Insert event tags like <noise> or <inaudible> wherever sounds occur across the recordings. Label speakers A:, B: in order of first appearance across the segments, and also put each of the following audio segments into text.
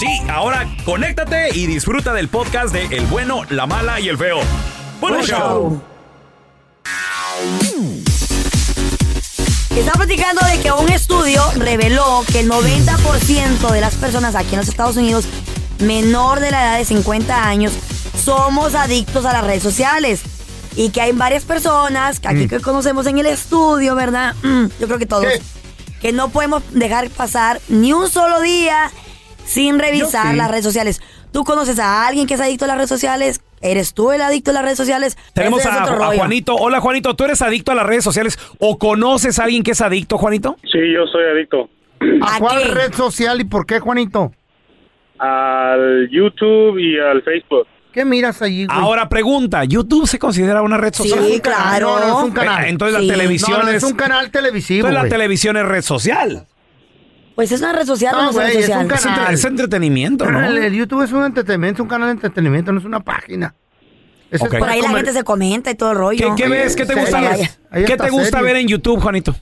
A: Sí, ahora conéctate y disfruta del podcast de El bueno, la mala y el feo. Bueno,
B: Buen
A: show.
B: Está platicando de que un estudio reveló que el 90% de las personas aquí en los Estados Unidos menor de la edad de 50 años somos adictos a las redes sociales. Y que hay varias personas que aquí
C: Mm.
B: que conocemos en el estudio, ¿verdad? Mm, yo creo que todos. Que no podemos dejar pasar ni un solo día sin revisar
C: Yo sí.
B: las redes sociales. ¿Tú conoces a alguien que es adicto a las redes sociales? ¿Eres tú el adicto a las redes sociales?
A: Tenemos
B: Ese es
A: a,
B: otro
A: a
B: rollo.
A: Juanito. Hola, Juanito. ¿Tú eres adicto a las redes sociales o conoces a alguien que es adicto, Juanito?
D: Sí, yo soy adicto.
E: ¿A cuál red social y por qué, Juanito?
D: Al YouTube y al Facebook.
E: ¿Qué miras allí, güey?
A: Ahora pregunta, ¿YouTube se considera una red social?
E: Es un canal. No, no es un canal.
A: Eh, Entonces
E: Sí.
A: la televisión
E: No, no,
A: es...
E: es un canal televisivo,
A: Entonces la
E: güey.
A: televisión es red social. Ah,
B: Pues es una red social
E: No,
B: o no es una
E: güey,
B: red
E: es un
B: social.
E: canal.
A: Es, entre- es entretenimiento, ¿no?
E: El, el YouTube es un entretenimiento, un canal de entretenimiento, no es una página. Ese es
A: Ok.
B: Por ahí la
E: comer-
B: gente se comenta y todo el rollo.
A: ¿Qué, qué ves? ¿Qué te gusta,
B: Vaya,
A: ver?
B: vaya.
A: ¿Qué te gusta ver en YouTube, Juanito?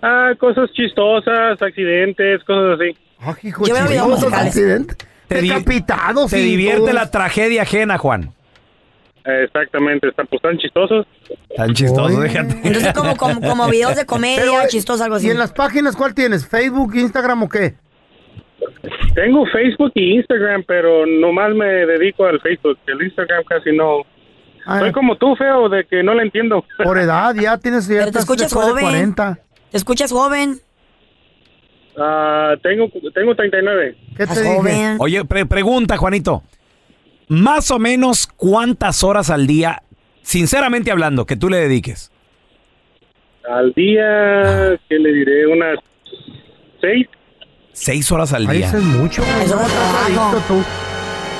D: Ah, cosas chistosas, accidentes, cosas así.
B: Yo veo videos musicales.
A: Te, di-
E: Decapitados
A: te
E: y
A: divierte
E: todo.
A: la tragedia ajena, Juan.
D: Eh, Exactamente, están, pues, están chistosos.
A: Tan chistoso, déjate.
B: Entonces, como, como, como videos de comedia,
E: <laughs> Pero, eh,
B: chistoso, algo así.
E: ¿Y en las páginas cuál tienes? ¿Facebook, Instagram o qué?
D: Tengo Facebook y Instagram, pero nomás me dedico al Facebook. El Instagram casi no. Soy como tú, feo, de que no le entiendo.
E: Ah, Por edad, ya tienes
B: Pero te
E: ciertas
B: escuchas
E: después de
B: joven.
E: 40.
B: Te escuchas joven.
D: <laughs> Ah, tengo, tengo 39.
E: ¿Qué
B: te dije? joven.
A: Oye, pre- pregunta, Juanito. Más o menos cuántas horas al día, sinceramente hablando, que tú le dediques.
D: Al día, ¿qué le diré? Unas seis.
A: Seis horas al
E: Ahí
A: día.
E: eso es mucho. güey.
B: Eso es trabajo.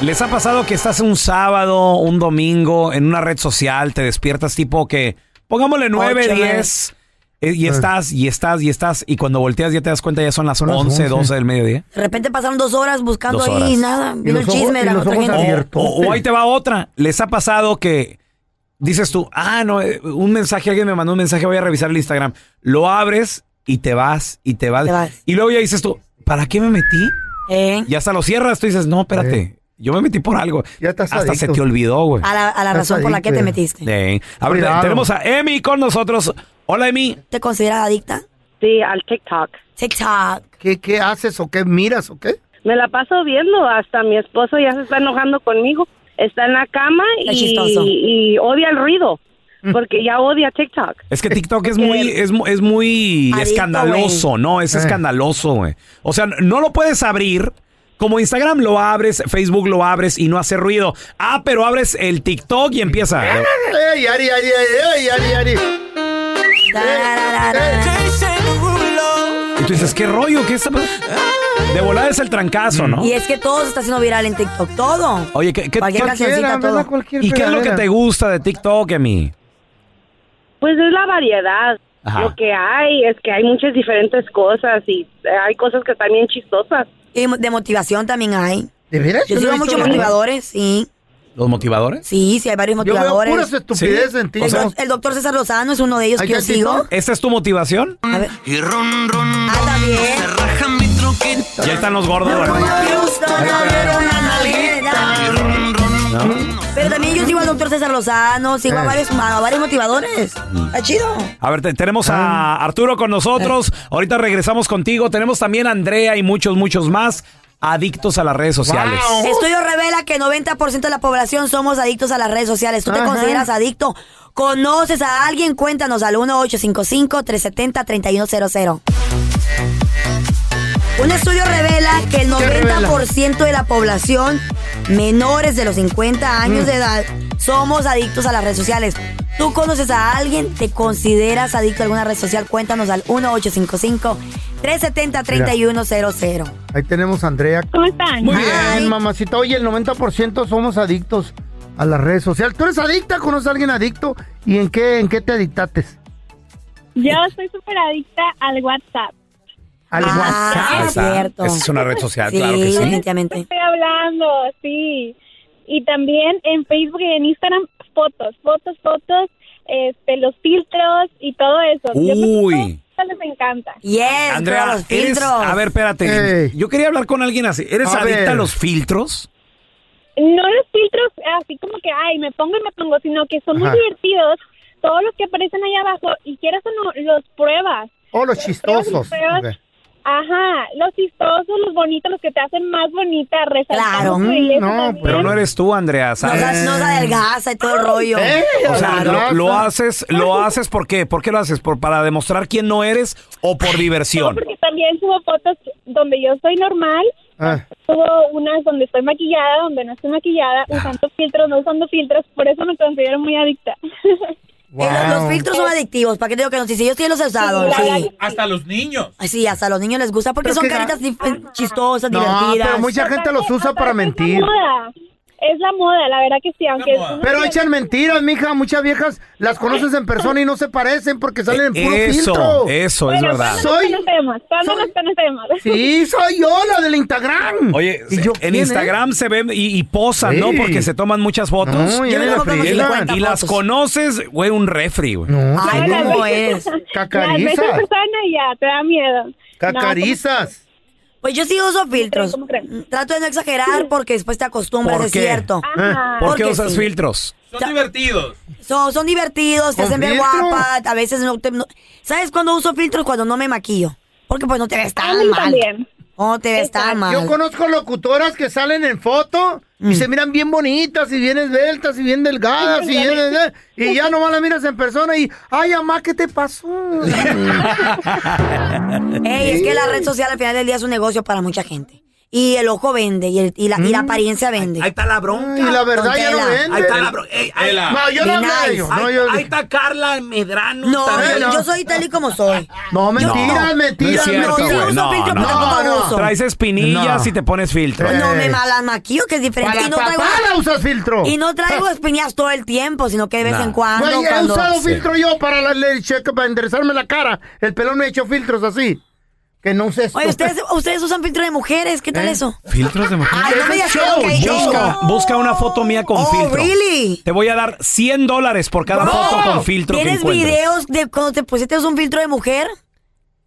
A: ¿Les ha pasado que estás un sábado, un domingo, en una red social, te despiertas tipo que, pongámosle nueve,
B: Ocho,
A: diez, eh, y estás, y estás, y estás, y cuando volteas ya te das cuenta ya son las
E: las
A: once,
E: once.
A: doce del mediodía?
B: De repente pasaron dos horas buscando
A: Dos
B: ahí
A: horas.
B: y nada.
E: Y
B: Vino el
E: los ojos-
B: chisme
E: y
B: de la
E: los
B: otra
E: ojos
B: gente.
E: abiertos.
A: O, o ahí te va otra. ¿Les ha pasado que dices tú, ah, no, eh, un mensaje, alguien me mandó un mensaje, voy a revisar el Instagram? Lo abres y te vas, y te vas.
B: Te vas.
A: Y luego ya dices tú, ¿para qué me metí?
B: ¿Eh?
A: Y hasta lo cierras, tú dices, no, espérate, yo me metí por algo.
E: Ya estás
A: Hasta se
E: adicto.
A: te olvidó, güey.
B: A la, a la
E: Estás
B: razón por la que
E: adicto, ya.
B: te metiste.
A: Eh, a ver,
E: Cuidado.
A: tenemos a Emi con nosotros. Hola, Emi.
B: ¿Te consideras adicta?
F: Sí, al TikTok.
B: TikTok.
E: ¿Qué, ¿Qué haces o qué miras o qué?
G: me la paso viendo, hasta mi esposo ya se está enojando conmigo, está en la cama
B: Qué
G: y,
B: chistoso.
G: y odia el ruido, porque ya odia TikTok.
A: Es que
B: <laughs>
A: TikTok es muy, es, mu- es muy
B: Adicto,
A: escandaloso, ¿no? Es escandaloso, güey. O sea, no lo puedes abrir. Como Instagram lo abres, Facebook lo abres y no hace ruido. Ah, pero abres el TikTok y empieza.
E: ¡Ey, Ari, Ari, Ari, Ari, Ari!
A: Y tú dices, ¿qué rollo? ¿Qué está pasando? De volada es el trancazo, ¿no?
B: Y es que todo se está haciendo viral en TikTok, todo.
A: Oye, ¿qué, qué,
B: Cualquier
A: qué-
B: cancioncita, todo.
A: y qué es lo que te gusta de TikTok, Emi?
G: Pues es la variedad.
A: Ajá.
G: Lo que hay es que hay muchas diferentes cosas y eh, hay cosas que están bien chistosas.
B: Y de motivación también hay.
E: ¿De veras?
B: Yo
E: no
B: sigo
E: he
B: muchos
E: visto nada.
B: motivadores, sí.
A: ¿Los motivadores?
B: Sí, sí, hay varios
E: Yo veo
B: motivadores.
E: puras estupideces
A: Sí.
E: en ti.
A: O
B: El
A: sea-
B: doc- el doctor César Lozano es uno de ellos
E: ¿Hay
B: que yo
E: tantito?
B: sigo.
A: ¿Esta es tu motivación?
B: A ver. Ah, también.
A: Ya están los gordos,
B: Como
A: ¿verdad?
B: me gusta una verona nalguera. Pero también yo sigo al doctor César Lozano, sigo a varios, a varios motivadores. Está chido.
A: A ver, te- tenemos a Arturo con nosotros. Ahorita regresamos contigo. Tenemos también a Andrea y muchos, muchos más adictos a las redes sociales.
B: Estudio revela que 90% de la población somos adictos a las redes sociales. ¿Tú te consideras adicto? ¿Conoces a alguien? Cuéntanos al 1-855-370-3100. Un estudio revela que el 90% de la población menores de los 50 años
A: Mm.
B: de edad somos adictos a las redes sociales. ¿Tú conoces a alguien? ¿Te consideras adicto a alguna red social? Cuéntanos al 1-855-370-3100.
E: Ahí tenemos a Andrea.
H: ¿Cómo están?
E: Muy
B: Ay.
E: bien, mamacita. Oye, el 90% somos adictos a las redes sociales. ¿Tú eres adicta? ¿Conoces a alguien adicto? ¿Y en qué, en qué te adictaste?
H: Yo soy súper adicta al WhatsApp.
E: Al WhatsApp.
B: Ah,
A: Ahí
B: es
A: está.
B: cierto.
A: Esa es una red social,
B: sí,
A: claro que sí.
B: definitivamente.
H: Estoy hablando, sí. Y también en Facebook y en Instagram, fotos, fotos, fotos, este, los filtros y todo eso. Yo creo que
A: Uy.
H: a todos les encanta.
B: Yes,
A: Andrea,
B: pero los
A: eres-
B: filtros.
A: a ver, espérate.
E: Ey.
A: Yo quería hablar con alguien así. ¿Eres
E: A
A: adicta
E: ver.
A: a los filtros?
H: No los filtros así como que, ay, me pongo y me pongo, sino que son
E: Ajá.
H: muy divertidos. Todos los que aparecen ahí abajo y quieras o no, los pruebas.
E: O los chistosos.
H: Pero-
E: Ok.
H: Ajá, los chistosos, los bonitos, los que te hacen más bonita, resaltar
B: Claro.
H: tu
E: Mm,
H: belleza
E: no,
H: también.
A: Pero no eres tú, Andrea,
B: Nos,
A: ¿sabes?
B: da- nos adelgaza y todo el rollo.
E: Eh,
A: O sea, lo,
E: adelgaza.
A: lo haces, lo haces, ¿por qué? ¿Por qué lo haces? ¿Por, ¿Para demostrar quién no eres o por
H: No,
A: diversión?
H: porque también subo fotos donde yo soy normal,
E: Ah,
H: subo unas donde estoy maquillada, donde no estoy maquillada, usando filtros, no usando filtros, por eso me considero muy adicta.
B: Eh, los- Los,
E: wow.
B: filtros son adictivos. ¿Para qué te digo que no? Sí, sí, yo sí los he usado.
H: Sí, la
B: Sí.
I: Hasta los niños.
B: Ay, sí, hasta a los niños les gusta porque
E: Pero
B: son
E: que ga-
B: caritas dif- chistosas,
E: No,
B: divertidas.
E: pero mucha gente los usa para
H: Aparte
E: mentir.
H: Es la moda, es la moda, la verdad que sí, aunque...
I: moda.
H: uno
E: Pero
H: se-
E: echan mentiras, mija. Muchas viejas las conoces en persona y no se parecen porque salen en puro
A: Eso,
E: filtro.
A: eso, Pues es
H: Bueno,
A: verdad.
H: ¿cuándo
E: Soy-
H: nos conocemos? ¿Cuándo
E: soy-
H: nos conocemos? <laughs>
E: Sí, soy yo, la del <laughs> Instagram.
A: Oye,
E: ¿Y
A: se-
E: yo quién,
A: en
E: eh?
A: Instagram se ven y, y posan, ¿no?
E: Sí.
A: Porque se toman muchas fotos.
E: No,
A: y
E: ya
B: Yo me
E: la
B: tomo como
E: friegan.
B: 50
A: y las
B: fotos.
A: conoces, güey, un refri, güey.
E: No,
B: Ay,
E: te digo,
B: ¿cómo eres?
H: <laughs> Las ves
E: Cacariza.
H: en persona y ya, te da miedo. No, pues,
E: Cacarizas.
B: Pues yo sí uso filtros.
H: ¿Cómo creen?
B: Trato de no exagerar porque después te acostumbras,
A: ¿Por
B: es
A: qué?
B: cierto.
H: ¿cómo-
E: Ah.
H: Ajá.
A: ¿Por qué
B: Porque
A: usas
B: sí.
A: filtros?
I: Son
B: Ya.
I: divertidos.
B: Son, son divertidos, te
E: ¿Con
B: hacen ver
E: filtro?
B: guapa. A veces no te. no- ¿Sabes cuándo uso filtros? Cuando no me maquillo. Porque pues no te ves
H: A
B: tan
H: mí
B: mal.
H: también.
B: No te ves tan mal.
E: Yo conozco locutoras que salen en foto y se miran bien bonitas y bien esbeltas y bien delgadas y, bien- y ya nomás la miras en persona y, ay, mamá, ¿qué te pasó?
B: Ey, es que la red social al final del día es un negocio para mucha gente. Y el ojo vende, y, el- y la, y
E: Mm.
B: la apariencia vende.
A: Ahí está la
E: y
A: bronca.
E: la verdad ya no
B: Don Tela.
E: vende.
A: la bronca. Ey, ahí-
I: Tela.
E: No, yo no
B: Be
E: hablé de
B: nice.
E: ello,
A: ahí-
E: No, yo-
A: ahí está Carla Medrano.
B: no,
E: también,
B: yo,
E: ¿no?
B: yo soy tal y como soy.
E: No, mentiras,
B: no.
E: mentiras,
A: No es
B: No,
A: cierto,
B: sí
E: mentiras.
A: güey,
B: uso
A: no,
B: filtro,
A: no.
B: pero
E: No,
B: tampoco
E: no.
B: uso.
A: Traes espinillas
E: No.
A: y te pones filtro.
E: Eh.
B: No, me malas maquillo, que es diferente.
E: Para
B: Y no, traigo,
E: tapada usas filtro.
B: y no traigo espinillas todo el tiempo, sino que de vez
A: Nah.
B: en cuando.
E: Güey, he
B: cuando-
E: usado filtro yo para, la leche, para enderezarme la cara. El pelón me ha hecho filtros así. Que no uses.
B: Oye, ¿ustedes, ustedes usan filtro de mujeres, ¿qué tal
E: ¿Eh?
B: eso?
A: ¿Filtros de mujer?
B: Ay, no me digas que
E: Show,
B: no, que
E: show.
A: Busca,
B: no.
A: busca una foto mía con
B: Oh,
A: filtro.
B: really?
A: Te voy a dar 100 dólares por cada
B: Bro,
A: foto con filtro que
B: ¿Tienes
A: encuentres.
B: videos de cuando te pusiste un filtro de mujer?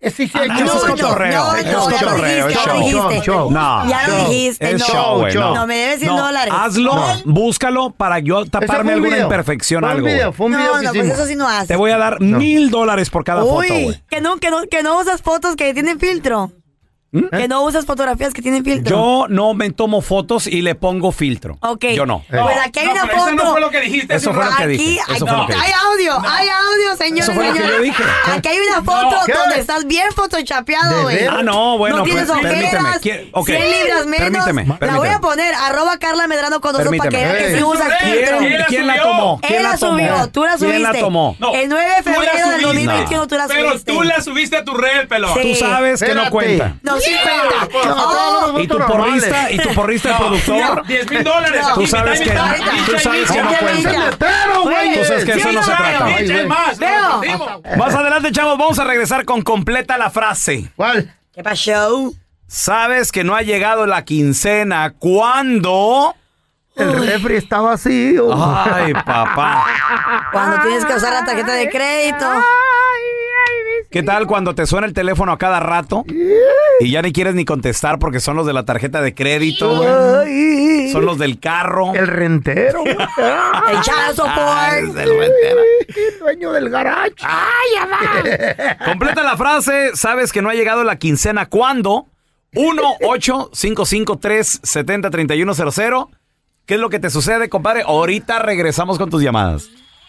E: Sí, sí,
A: no,
E: yo-
A: eso es cotorreo,
B: Ah, no,
A: eso es
B: no, ya lo
A: cotorreo,
B: dijiste,
A: es
B: ya lo
A: show.
B: dijiste.
E: Show, show.
A: No.
B: Ya lo
E: Show.
B: dijiste,
A: Es
B: este no.
A: show, güey, no.
B: No, me debes 100 dólares.
A: Hazlo, búscalo para yo
E: Ese fue un
A: taparme alguna
E: video.
A: imperfección,
E: Fue un
A: algo. güey.
E: video, fue un video
B: No,
E: que
B: no, pues
E: hicimos.
B: eso sí no haces.
A: Te voy a dar mil dólares por cada foto,
B: Uy,
A: güey.
B: que no, que no, que no usas fotos que tienen filtro. Que no usas fotografías que tienen filtro.
A: ¿Mm? Yo no me tomo fotos y le pongo filtro.
B: Ok.
A: Yo no.
B: Pues aquí hay una foto.
A: Eso fue lo que dije.
B: Aquí
A: Eso fue lo que
B: hay
A: dije.
B: audio, hay audio, señores.
A: Eso fue lo que
B: señores.
A: yo dije.
B: Aquí hay una foto
A: ¿qué?
B: donde estás bien photoshopeado, güey.
A: Ah, no, bueno,
B: No tienes
A: pues, permíteme.
B: ojeras,
A: ¿Quién- ok.
B: 100 libras menos.
A: Permíteme,
B: La voy
A: permíteme.
B: a poner, arroba Carla Medrano con dos para que
A: Permíteme.
B: vean que
A: Ey.
B: sí usa
A: ¿Quién-
B: filtro.
A: quién la tomó?
B: Él
A: ¿Quién
B: la
A: la tomó?
B: subió, tú la subiste.
A: ¿Quién la tomó? No.
B: El 9 de
J: Tú la
B: febrero del
J: subiste.
B: 2021 tú la subiste.
J: Pero tú la subiste a tu red, pelón.
B: Sí. Tú sabes que no Espérate. cuenta. Oh. No, sí cuenta.
E: pues,
J: por
B: No,
J: favor.
B: todos los
A: Y tu
B: votos normales.
A: porrista, y tu porrista el
J: No,
A: productor.
J: 10 mil dólares.
A: Tú
J: Aquí,
A: sabes
J: mitad y
A: que
J: mitad,
A: tú
J: mitad y
A: sabes que
J: mitad.
A: no cuenta.
B: Pues,
A: Tú sabes que eso no se trata. Más adelante, chavos, vamos a regresar con completa la frase.
E: ¿Cuál?
B: ¿Qué pasó?
A: Sabes que no ha llegado la quincena cuando...
E: El refri está vacío.
A: Ay, papá.
B: Cuando tienes que usar la tarjeta de crédito.
A: ¿Qué tal cuando te suena el teléfono a cada rato y ya ni quieres ni contestar porque son los de la tarjeta de crédito, güey? son los del carro,
E: el rentero,
B: el chazo,
E: <laughs> dueño del garage.
A: Ah,
B: ¡Ay, ya
A: Completa la frase, sabes que no ha llegado la quincena cuando 1 8 70 3100 ¿Qué es lo que te sucede, compadre? Ahorita regresamos con tus llamadas.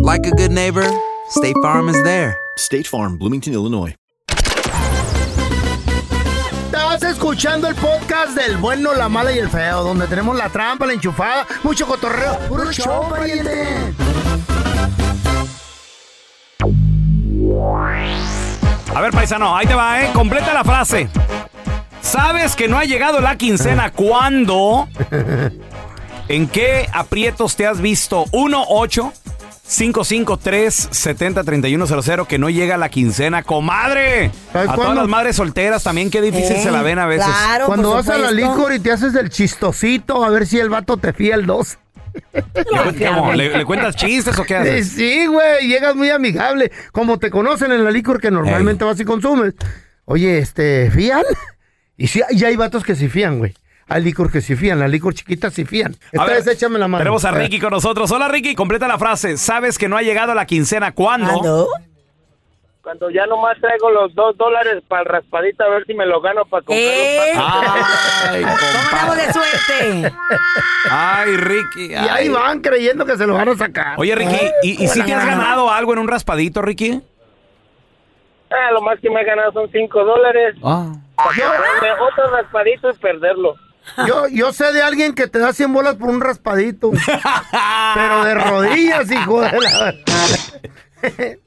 K: like a good neighbor, State Farm is there. State Farm, Bloomington, Illinois.
E: Estás escuchando el podcast del bueno, la mala y el feo, donde tenemos la trampa, la enchufada, mucho cotorreo. ¡Puro show, pariente!
A: A ver, paisano, ahí te va, ¿eh? Completa la frase. ¿Sabes que no ha llegado la
E: <laughs>
A: quincena cuando? ¿En qué aprietos te has visto? 1-8-553-70-3100 que no llega la quincena, comadre. A
E: cuándo?
A: todas las madres solteras también, qué difícil se la ven a veces.
E: Cuando vas a la licor y te haces el chistosito, a ver si el vato te fía el 2.
A: ¿Qué, amor? ¿Le, le cuentas chistes o qué
E: Eh,
A: haces?
E: Sí, güey, llegas muy amigable. Como te conocen en la licor que normalmente vas y consumes. Oye, este, ¿fían? Y sí, ya hay vatos que sí fían, güey. Hay licor que sí fían, la licor chiquita sí fían.
A: A
E: Esta
A: ver,
E: vez échame la mano.
A: Tenemos a Ricky con nosotros. Hola, Ricky. Completa la frase. ¿Sabes que no ha llegado la quincena cuando?
L: Cuando ya nomás traigo los dos dólares para el raspadito a ver si me lo gano para comprar
M: Eh,
D: ¿Eh?
L: los
A: ¡Ay,
B: Vamos de suerte.
A: Ay, Ricky.
E: Y ahí van creyendo que se lo van a sacar.
A: Oye, Ricky, ¿y, y si te has ganado algo en un raspadito, Ricky?
L: Ah, lo más que me he ganado son cinco dólares.
A: Ah.
L: Para comprarme otro raspadito y perderlo.
E: Yo, yo sé de alguien que te da 100 bolas por un
A: <laughs>
E: raspadito. pero de rodillas, hijo de la...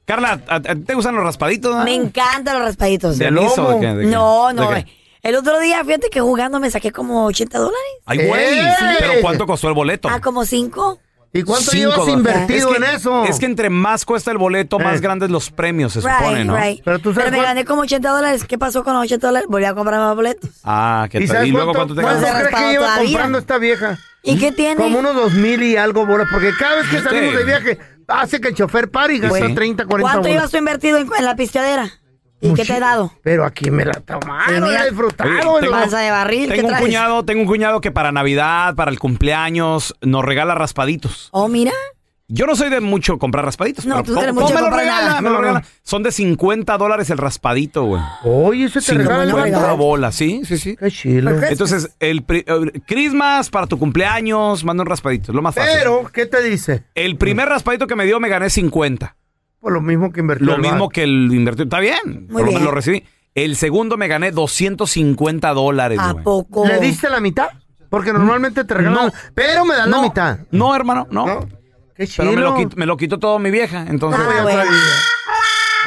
A: Carla, ¿a- a ti ¿te gustan los raspaditos? ah?
B: Me encantan los raspaditos.
A: ¿De aliso o de qué? ¿De qué?
B: No, no. eh.
A: ¿De qué?
B: El otro día, fíjate que jugando me saqué como 80 dólares.
A: Ay, güey.
B: ¡Eh!
A: Pero ¿cuánto costó el boleto?
B: Ah, como 5.
E: ¿Y cuánto
A: Cinco
E: llevas
A: dólares.
E: invertido
A: Es que-
E: en eso?
A: Es que entre más cuesta el boleto, más
E: Eh.
A: grandes los premios, se
B: Right,
A: supone, ¿no?
B: right. Pero, me gané como 80 dólares. ¿Qué pasó con los 80 dólares? Volví a comprar más boletos.
A: Ah, ¿qué
E: ¿Y
A: tal?
E: sabes
A: ¿Y luego cuánto te
E: ¿Cuánto
A: ganas?
E: crees que lleva
B: todavía.
E: comprando esta vieja?
B: ¿Y qué tiene?
E: Como unos dos mil y algo bolas, porque cada vez que salimos
A: Sí.
E: de viaje hace que el chofer pare y gasta
A: Pues
B: Bueno.
E: 30, 40
B: ¿Cuánto
E: bolas.
B: ibas tú invertido en, en la pisteadera? ¿Y qué te he dado?
E: Pero aquí me la tomaron,
B: Sí,
E: la
B: mira.
E: he disfrutado.
A: Oye,
E: la-
B: Panza de barril, ¿qué
A: Tengo un
B: traes?
A: cuñado, tengo un cuñado que para Navidad, para el cumpleaños, nos regala raspaditos.
B: Oh, mira.
A: Yo no soy de mucho comprar raspaditos.
B: No,
A: pero
B: tú no eres
A: ¿cómo-
B: mucho
A: cómo
B: de
A: me lo
B: comprar
A: regala?
B: nada.
A: Me lo
B: No, no.
A: regala. Son de 50 dólares el raspadito, güey.
E: Oye, eso te regalan
A: 50
E: barato.
A: bolas, sí, sí, sí.
E: Qué chilo.
A: Entonces, el pri- eh, Christmas para tu cumpleaños, manda un raspadito, es lo más fácil.
E: Pero, ¿qué te dice?
A: El primer raspadito que me dio me gané 50.
E: Por lo mismo que invertió.
A: Lo
E: el
A: mismo
E: vato.
A: que el invertido. Está bien.
E: Muy
A: por lo
E: bien.
A: menos lo recibí. El segundo me gané 250 dólares, güey.
B: poco?
E: ¿Le diste la mitad? Porque normalmente te regalan, pero me dan la mitad.
A: No, hermano, no.
E: Qué
A: Pero
E: chilo.
A: me lo, quit- me lo quitó todo mi vieja. Entonces.
E: Ah, bueno.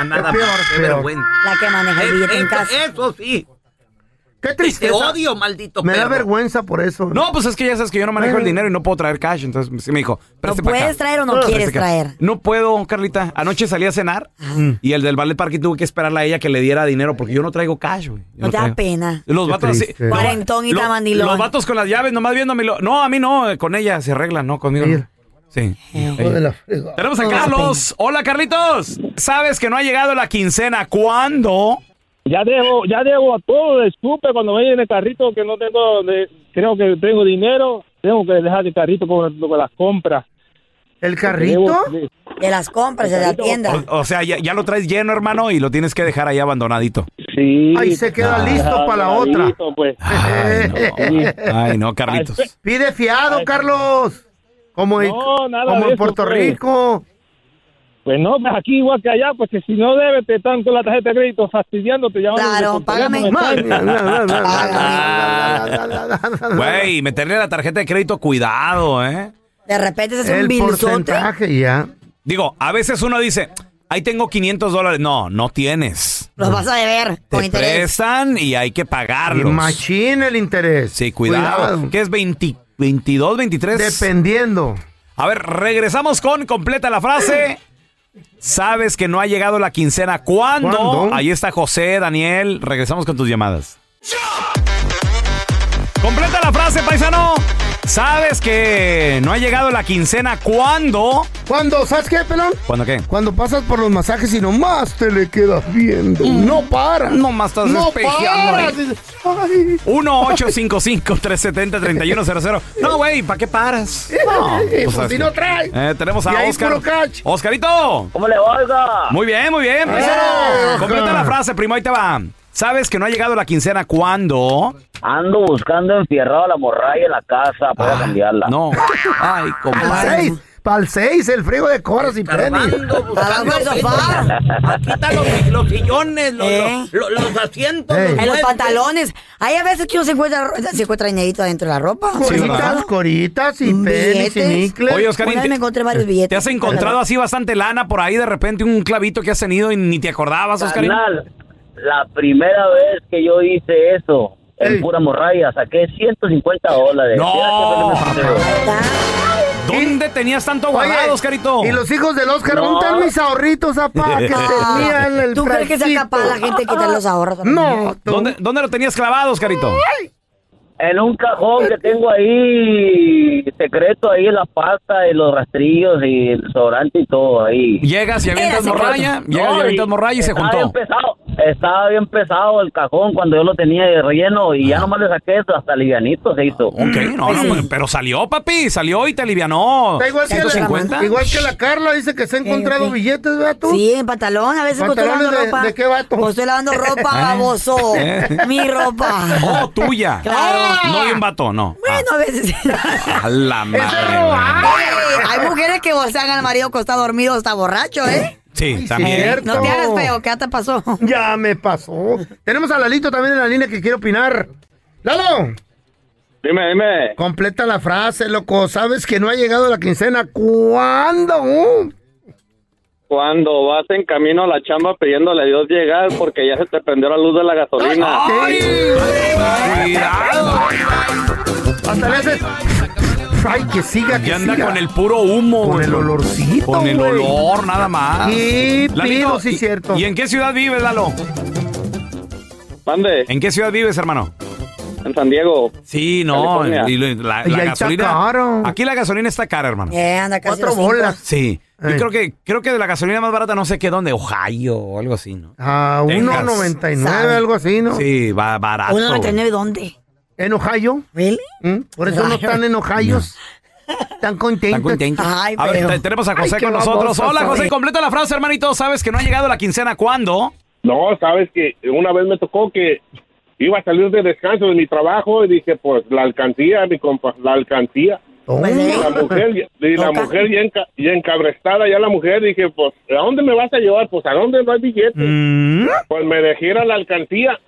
A: A nada
E: Es peor,
A: más, qué
E: peor.
A: vergüenza. Eh,
B: La que maneja el billete en casa.
A: Eso sí.
E: Qué tristeza.
B: Este
A: maldito
E: Me da vergüenza por eso.
A: No, pues es que ya sabes que yo no manejo el dinero y no puedo traer cash. Entonces sí me dijo, "Preste pa' acá".
B: puedes traer o no
A: Preste
B: quieres
A: acá.
B: traer? Ah.
A: No puedo, Carlita. Anoche salí a cenar y el del ballet parking tuve que esperarle a ella que le diera dinero porque yo no traigo cash, güey. Yo
B: No te da
A: traigo.
B: pena.
A: Los vatos así.
B: triste. Cuarentón y
A: lo-
B: tamandilón.
A: Los vatos con las llaves nomás viéndome. lo- No, a mí no, eh, con ella se arreglan, no, conmigo. no.
B: Eh,
A: Sí. Ella. Tenemos a
E: No,
A: Carlos. Hola, Carlitos. Sabes que no ha llegado la quincena. ¿Cuándo?
N: Ya debo, ya debo a todo, disculpe cuando vaya en el carrito que no tengo, de- creo que tengo dinero, tengo que dejar el carrito con, con las compras.
E: ¿El
B: ¿Carrito? De las compras, de la tienda.
A: O, o sea, ya, ya lo traes lleno, hermano, y lo tienes que dejar ahí abandonadito.
N: Sí.
E: Ahí se queda
A: Ah.
E: listo para la otra.
N: pues.
A: Ay, no. Ay, no, Carlitos.
E: Pide fiado, Carlos. Como, en-
N: No, nada
E: como
N: de
E: en
N: eso,
E: Puerto
N: pues.
E: Rico.
N: Pues no, pues aquí igual que allá, pues que si no debes te están con la tarjeta de crédito fastidiándote. Claro, págame.
A: Güey, meterle la tarjeta de crédito, cuidado, ¿eh?
B: De repente se hace un
E: El
B: bilzote.
E: porcentaje ya.
A: Digo, a veces uno dice, ahí tengo 500 dólares. No, no tienes.
B: Los vas a deber con
A: Te
B: interés.
A: prestan y hay que pagarlos.
E: Machín el interés.
A: Sí, cuidado. ¿Qué es 20, 22, 23?
E: Dependiendo.
A: A ver, regresamos con completa la frase. Sabes que no ha llegado la quincena. ¿Cuándo?
E: ¿Cuándo?
A: Ahí está José, Daniel. Regresamos con tus llamadas. Completa la frase, paisano. Sabes que no ha llegado la quincena. ¿Cuándo?
E: Cuando, ¿sabes qué, pelón?
A: ¿Cuándo qué?
E: Cuando pasas por los masajes y nomás te le quedas viendo. No para.
A: Nomás Mm. estás
E: no
A: espejeando ahí.
E: paras. Dices, "Ay".
A: 1-855-370-3100. No, güey, ¿para qué paras? No,
E: Eh,
A: pues,
E: pues,
A: así.
E: si no traes.
A: Eh, tenemos
E: Y
A: a
E: ahí
A: Oscar.
E: puro catch.
A: Oscarito.
L: ¿Cómo le oiga?
A: Muy bien, muy
E: Eh,
A: bien, paisano.
L: Oscar.
A: Completa la frase, primo, ahí te va. Sabes que no ha llegado la quincena cuando.
L: Ando buscando enfierrado la morralla en la casa
N: Ah,
L: para cambiarla.
A: No. Ay,
E: Para el 6. Para el 6, el friego de coras y penis.
B: Abajo del sofá.
A: Los sillones,
B: los- Eh.
A: asientos.
E: Ey.
B: En los pantalones. Hay a veces que uno se encuentra, se encuentra dinerito dentro de la ropa.
A: Sí,
B: ¿no?
A: ¿verdad?
E: Coritas, coritas y penis y
B: Billetes.
E: nicles.
A: Oye, Oscarín,
B: Una vez
A: te-
B: me encontré varios billetes.
A: ¿Te has encontrado así bastante lana por ahí de repente un clavito que has tenido y ni te acordabas, Oscarín?
L: Carnal, la primera vez que yo hice eso, en pura morralla, saqué 150 dólares.
A: No.
L: Mira qué bueno me paseo.
B: Ah.
A: ¿Dónde tenías tanto
E: Oye,
A: guardado, Oscarito?
E: Y los hijos del Oscar,
A: No.
E: ¿dónde están mis ahorritos, apá?
B: <laughs>
E: Que
B: Ah,
E: tenía en el
B: ¿Tú crees que sea
E: frasquito?
B: capaz la gente de quitar los ahorros?
E: No, tú.
A: ¿Dónde, dónde lo tenías clavado, Oscarito?
L: En un cajón que tengo ahí, secreto ahí, la pasta y los rastrillos y el sobrante y todo ahí.
A: Llegas y avientas morralla, llegas y avientas morralla y se
L: estaba
A: juntó.
L: Bien pesado, estaba bien pesado el cajón cuando yo lo tenía de relleno y ya nomás le saqué hasta livianito se hizo.
A: Ah. Ok, no, no, pero- pero salió, papi, salió y te alivianó.
E: Está igual, que la,
A: 150.
E: igual que la Carla dice que se ha encontrado
B: ok.
E: billetes, ¿verdad tú?
B: Eh, Sí, en pantalón, a veces cuando estoy
E: ¿Pantalones
B: lavando
E: de-
B: ropa.
E: de qué vato?
B: Cuando estoy lavando ropa,
A: <laughs> ¿Eh?
B: baboso.
A: ¿Eh?
B: Mi ropa.
A: Oh, tuya.
E: <laughs>
B: Claro.
A: No de un vato, no.
B: Bueno, a veces. <laughs>
A: A la madre.
B: Ey, hay mujeres que bolsean al marido cuando está dormido o está borracho, ¿eh?
A: Sí, también.
E: cierto.
B: No te hagas feo, ¿qué te pasó?
E: Ya me pasó. Tenemos a Lalito también en la línea que quiere opinar. ¡Lalo!
N: Dime, dime.
E: Completa la frase, loco. Sabes que no ha llegado la quincena. ¿Cuándo?
N: Cuando vas en camino a la chamba pidiéndole a Dios llegar porque ya se te prendió la luz de la gasolina.
E: Hasta le haces. Ay, que siga, que
A: Y anda
E: siga.
A: con el puro humo. Con el
E: olorcito.
A: Con el
E: güey.
A: olor, nada más.
E: Sí, pido, sí,
A: ¿y-
E: cierto.
A: ¿Y en qué ciudad vives, Lalo?
D: Mande.
A: ¿En qué ciudad vives, hermano?
D: En San Diego.
A: Sí, no.
D: California.
A: y lo- la,
D: Y
A: la
D: ahí está
A: gasolina.
D: caro.
A: Aquí la gasolina está cara, hermano.
B: Eh, anda casi
E: Cuatro
B: los cinco.
E: bolas.
A: Sí.
E: Eh.
A: Yo creo que, creo que de la gasolina más barata, no sé qué, dónde, Ohio o algo así, ¿no?
E: A
A: Texas.
E: 1.99,
A: Sabe.
E: algo así, ¿no?
A: Sí, va barato.
E: Una
A: güey.
B: ¿99 dónde?
E: ¿En Ohio? ¿Mm? Por eso no están en Ohio. Están contentos.
A: Están contentos. a ver, te- tenemos a José
E: Ay, qué
A: con nosotros.
E: babosos,
A: Hola, José,
E: eh.
A: completa la frase, hermanito. Sabes que no ha llegado la quincena, ¿cuándo?
D: No, sabes que una vez me tocó que iba a salir de descanso de mi trabajo y dije, pues la alcancía, mi compa, la alcancía.
E: Oh,
A: Pues, ¿eh?
D: Y la mujer, ya- y la mujer ya, enca- ya encabrestada, ya la mujer, dije, pues, ¿a dónde me vas a llevar? Pues, ¿a dónde no hay billete? Pues me dejé ir a la alcancía.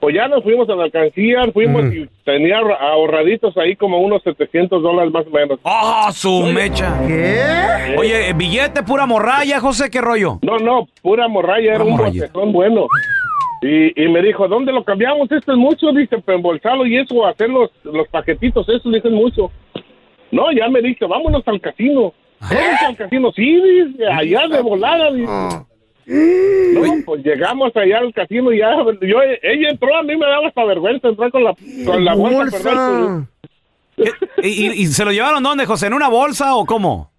D: Pues ya nos fuimos a la alcancía, fuimos y tenía ahor- ahorraditos ahí como unos 700 dólares más o menos.
A: ¡Ah, su mecha!
E: ¿Qué?
A: Oye, eh, billete pura morralla, José, ¿qué rollo?
D: No, no, pura morralla, era un botezón bueno. Y, y me dijo, ¿dónde lo cambiamos? Esto es mucho, dice, para embolsarlo y eso, hacer los, los paquetitos, eso, dicen mucho. No, ya me dice, vámonos al casino. Vámonos al casino, sí, dice, allá de volada, dice. No, pues llegamos allá al casino y ya, yo, ella entró, a mí me daba hasta vergüenza entrar con la, con la bolsa, perdón,
A: ¿Y, y- y se lo llevaron dónde, José? ¿En una bolsa o cómo?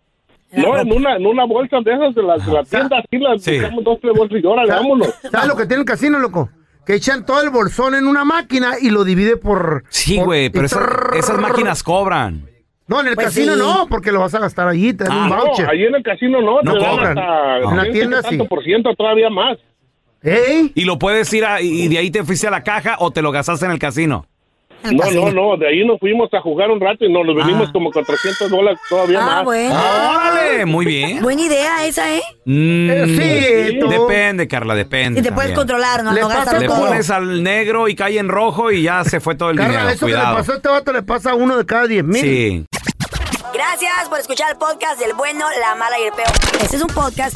D: No, en una, en una bolsa de esas de la, de la tienda, así las buscamos dos, tres bolsas y órale,
E: ¿Sabes-
D: vámonos.
E: ¿Sabes lo que tiene el casino, loco? Que echan todo el bolsón en una máquina y lo divide por...
A: Sí,
E: por-
A: güey, pero
E: y
A: esas,
E: trrr.
A: esas máquinas cobran.
E: No, en el
A: Pues
E: casino
A: sí.
E: no, porque lo vas a gastar allí, te dan
A: Ah,
E: un
A: no,
E: voucher.
D: Ahí en el casino no,
A: No
D: te dan
A: cobran. No.
D: hasta
A: En la
D: ciento y
A: tienda
D: tanto
A: sí.
D: por ciento todavía más.
A: Y lo puedes ir a, y de ahí te fuiste a la caja o te lo gastaste en el casino.
D: No, no, no, de ahí nos fuimos a jugar un rato y nos los venimos como con 300 dólares todavía más.
B: bueno.
A: Ah, órale, muy bien.
B: Buena idea esa, ¿eh?
A: Mm,
B: Eh, sí, tú.
A: depende, Carla, depende.
B: Y te puedes
A: también.
B: controlar, no,
E: Le
B: no
E: pasa
B: gastas
A: Le
B: todo.
A: pones al negro y cae en rojo y ya se fue todo el
E: Carla,
A: dinero.
E: eso que le
A: Cuidado.
E: pasó a este vato le pasa a uno de cada diez mil.
A: Sí.
B: Gracias por escuchar el podcast del bueno, la mala y el peor. Este es un podcast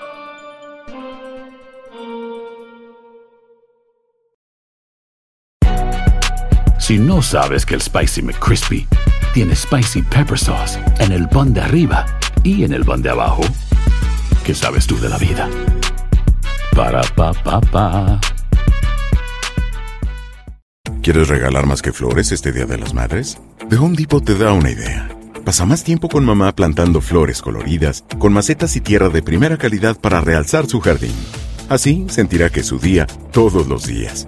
O: Si no sabes que el Spicy McCrispy tiene Spicy Pepper Sauce en el pan de arriba y en el pan de abajo, ¿qué sabes tú de la vida? Para, pa, pa, pa.
P: ¿Quieres regalar más que flores este Día de las Madres? The Home Depot te da una idea. Pasa más tiempo con mamá plantando flores coloridas, con macetas y tierra de primera calidad para realzar su jardín. Así sentirá que es su día todos los días.